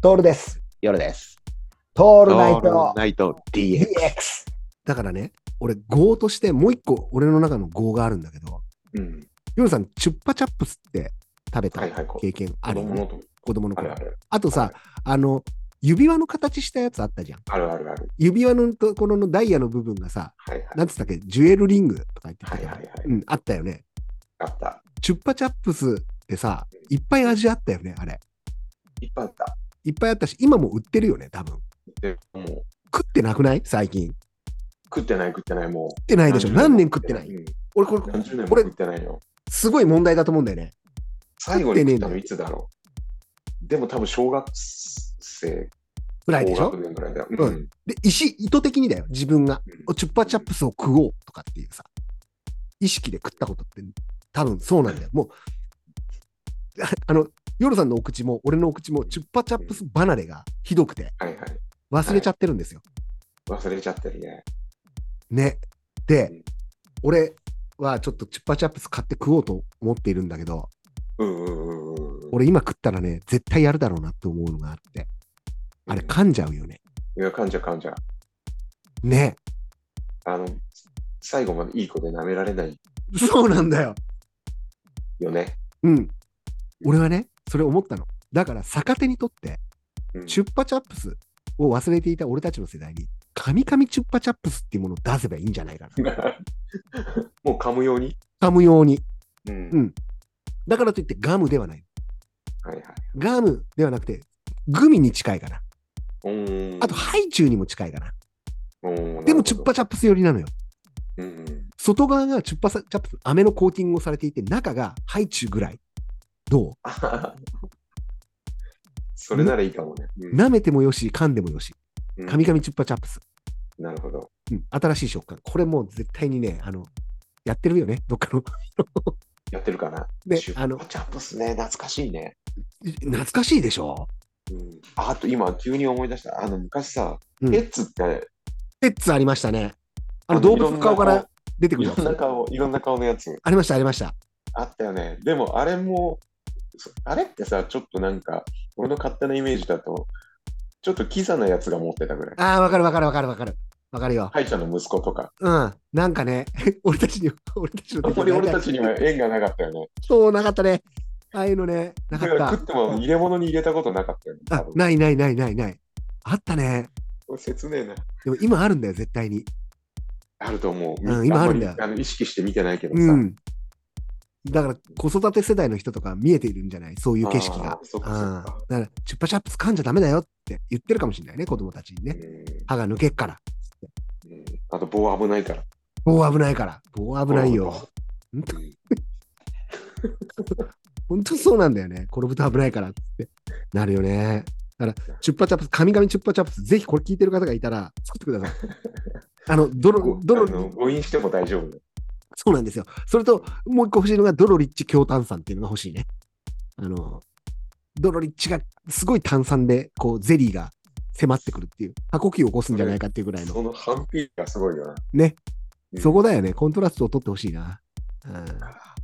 トールです。夜です。トオールナイトナイト DX。 DX。だからね、俺、語としてもう一個、俺の中の語があるんだけど、うん。ヨルさん、チュッパチャップスって食べたはいはいこう経験あ子る、供のと子供のあ頃るある。あとさ、あの、指輪の形したやつあったじゃん。あるあるある。指輪のところのダイヤの部分がさ、はいはい。なんつったっけ、ジュエルリングとか言ってたはけいど、はいはい。うん、あったよね。あった。チュッパチャップスってさ、いっぱい味あったよね、あれ。いっぱいあった。いっぱいあったし、今も売ってるよね、多分。でもう食ってなくない最近。食食ってない食ってないもう。食っってないでしょ。何年食ってない俺、これ、何十年もこれ食ってないよ。すごい問題だと思うんだよね。最後に食った食ってのねいつだろう。でも多分小学生、ぐらい高でしょ学。年ぐらいだよ。うんうんで、意思、意図的にだよ、自分が。おチュッパチャップスを食おうとかっていうさ、意識で食ったことって多分そうなんだよ。もう、ああの、ヨロさんのお口も、俺のお口も、チュッパチャップス離れがひどくて、はいはい。忘れちゃってるんですよ。忘れちゃってるね。ね。うでん、俺はちょっとチュッパチャップス買って食おうと思っているんだけど、うんうんうんうん。俺今食ったらね、絶対やるだろうなって思うのがあって、あれ噛んじゃうよね。いや、噛んじゃう噛んじゃう。 ね。あの、最後までいい子で舐められないそうなんだよ。よね。うん。俺はね、それ思ったの。だから逆手にとって、うんチュッパチャップスを忘れていた俺たちの世代に、カミカミチュッパチャップスっていうものを出せばいいんじゃないか もう噛むように。な。噛むように。うんうんだからといってガムではない。はいはい。ガムではなくて、グミに近いかな。うーんあと、ハイチュウにも近いかな。うーんでも、チュッパチャップス寄りなのよ。なるほどうん 外側がチュッパチャップス、飴のコーティングをされていて、中がハイチュウぐらい。どあははそれならいいかもね。う舐めてもよし、噛んでもよし。うんカミカミチュッパチャップス。なるほど。うん、新しい食感。これもう絶対にね、あの、やってるよね。どっかの。やってるかな。ねチュ、あのッパ、チャップスね、懐かしいね。懐かしいでしょうんああと今、急に思い出した。あの、昔さ、うんペッツって、ペッツありましたね。あの動物の顔から出てくいるろやんな顔、いろんなつ。顔、いろんな顔のやつありました、ありました。あったよね。でも、あれも、そあれってさ、ちょっとなんか、俺の勝手なイメージだと、ちょっとキザなやつが持ってたぐらい。ああ、わかるわかるわかるわかる。わかるよ。歯医者の息子とか。うん。なんかね、 俺たちには、俺たちのあんまり俺たちには縁がなかったよね。そう、なかったね。ああいうのね、なかだからっ食っても入れ物に入れたことなかったよね。た。多あ、分ないないないないない。あったね。これ切ねえな。でも今あるんだよ、絶対に。あると思う。うん今あるんだよまりあの意識して見てないけどさ。うん。だから子育て世代の人とか見えているんじゃないそういう景色があー。そっかそっあかあだから、チュッパチャップス噛んじゃダメだよって言ってるかもしれないね、子供たちにね。歯が抜けっから。うんうんあと棒危ないから。棒危ないから。棒危ないよ。うん。本当そうなんだよね。転ぶと危ないからっつって。なるよね。だから、チュッパチャップス、神々チュッパチャップス、ぜひこれ聞いてる方がいたら、作ってください。あの、ドロご、ドロあの誤飲しても大丈夫。そうなんですよ。それと、もう一個欲しいのが、ドロリッチ強炭酸っていうのが欲しいね。あの、ドロリッチがすごい炭酸で、こう、ゼリーが迫ってくるっていう、過呼吸を起こすんじゃないかっていうぐらいのそ。の反比がすごいよな。ねうん。そこだよね。コントラストを取ってほしいな。うんあ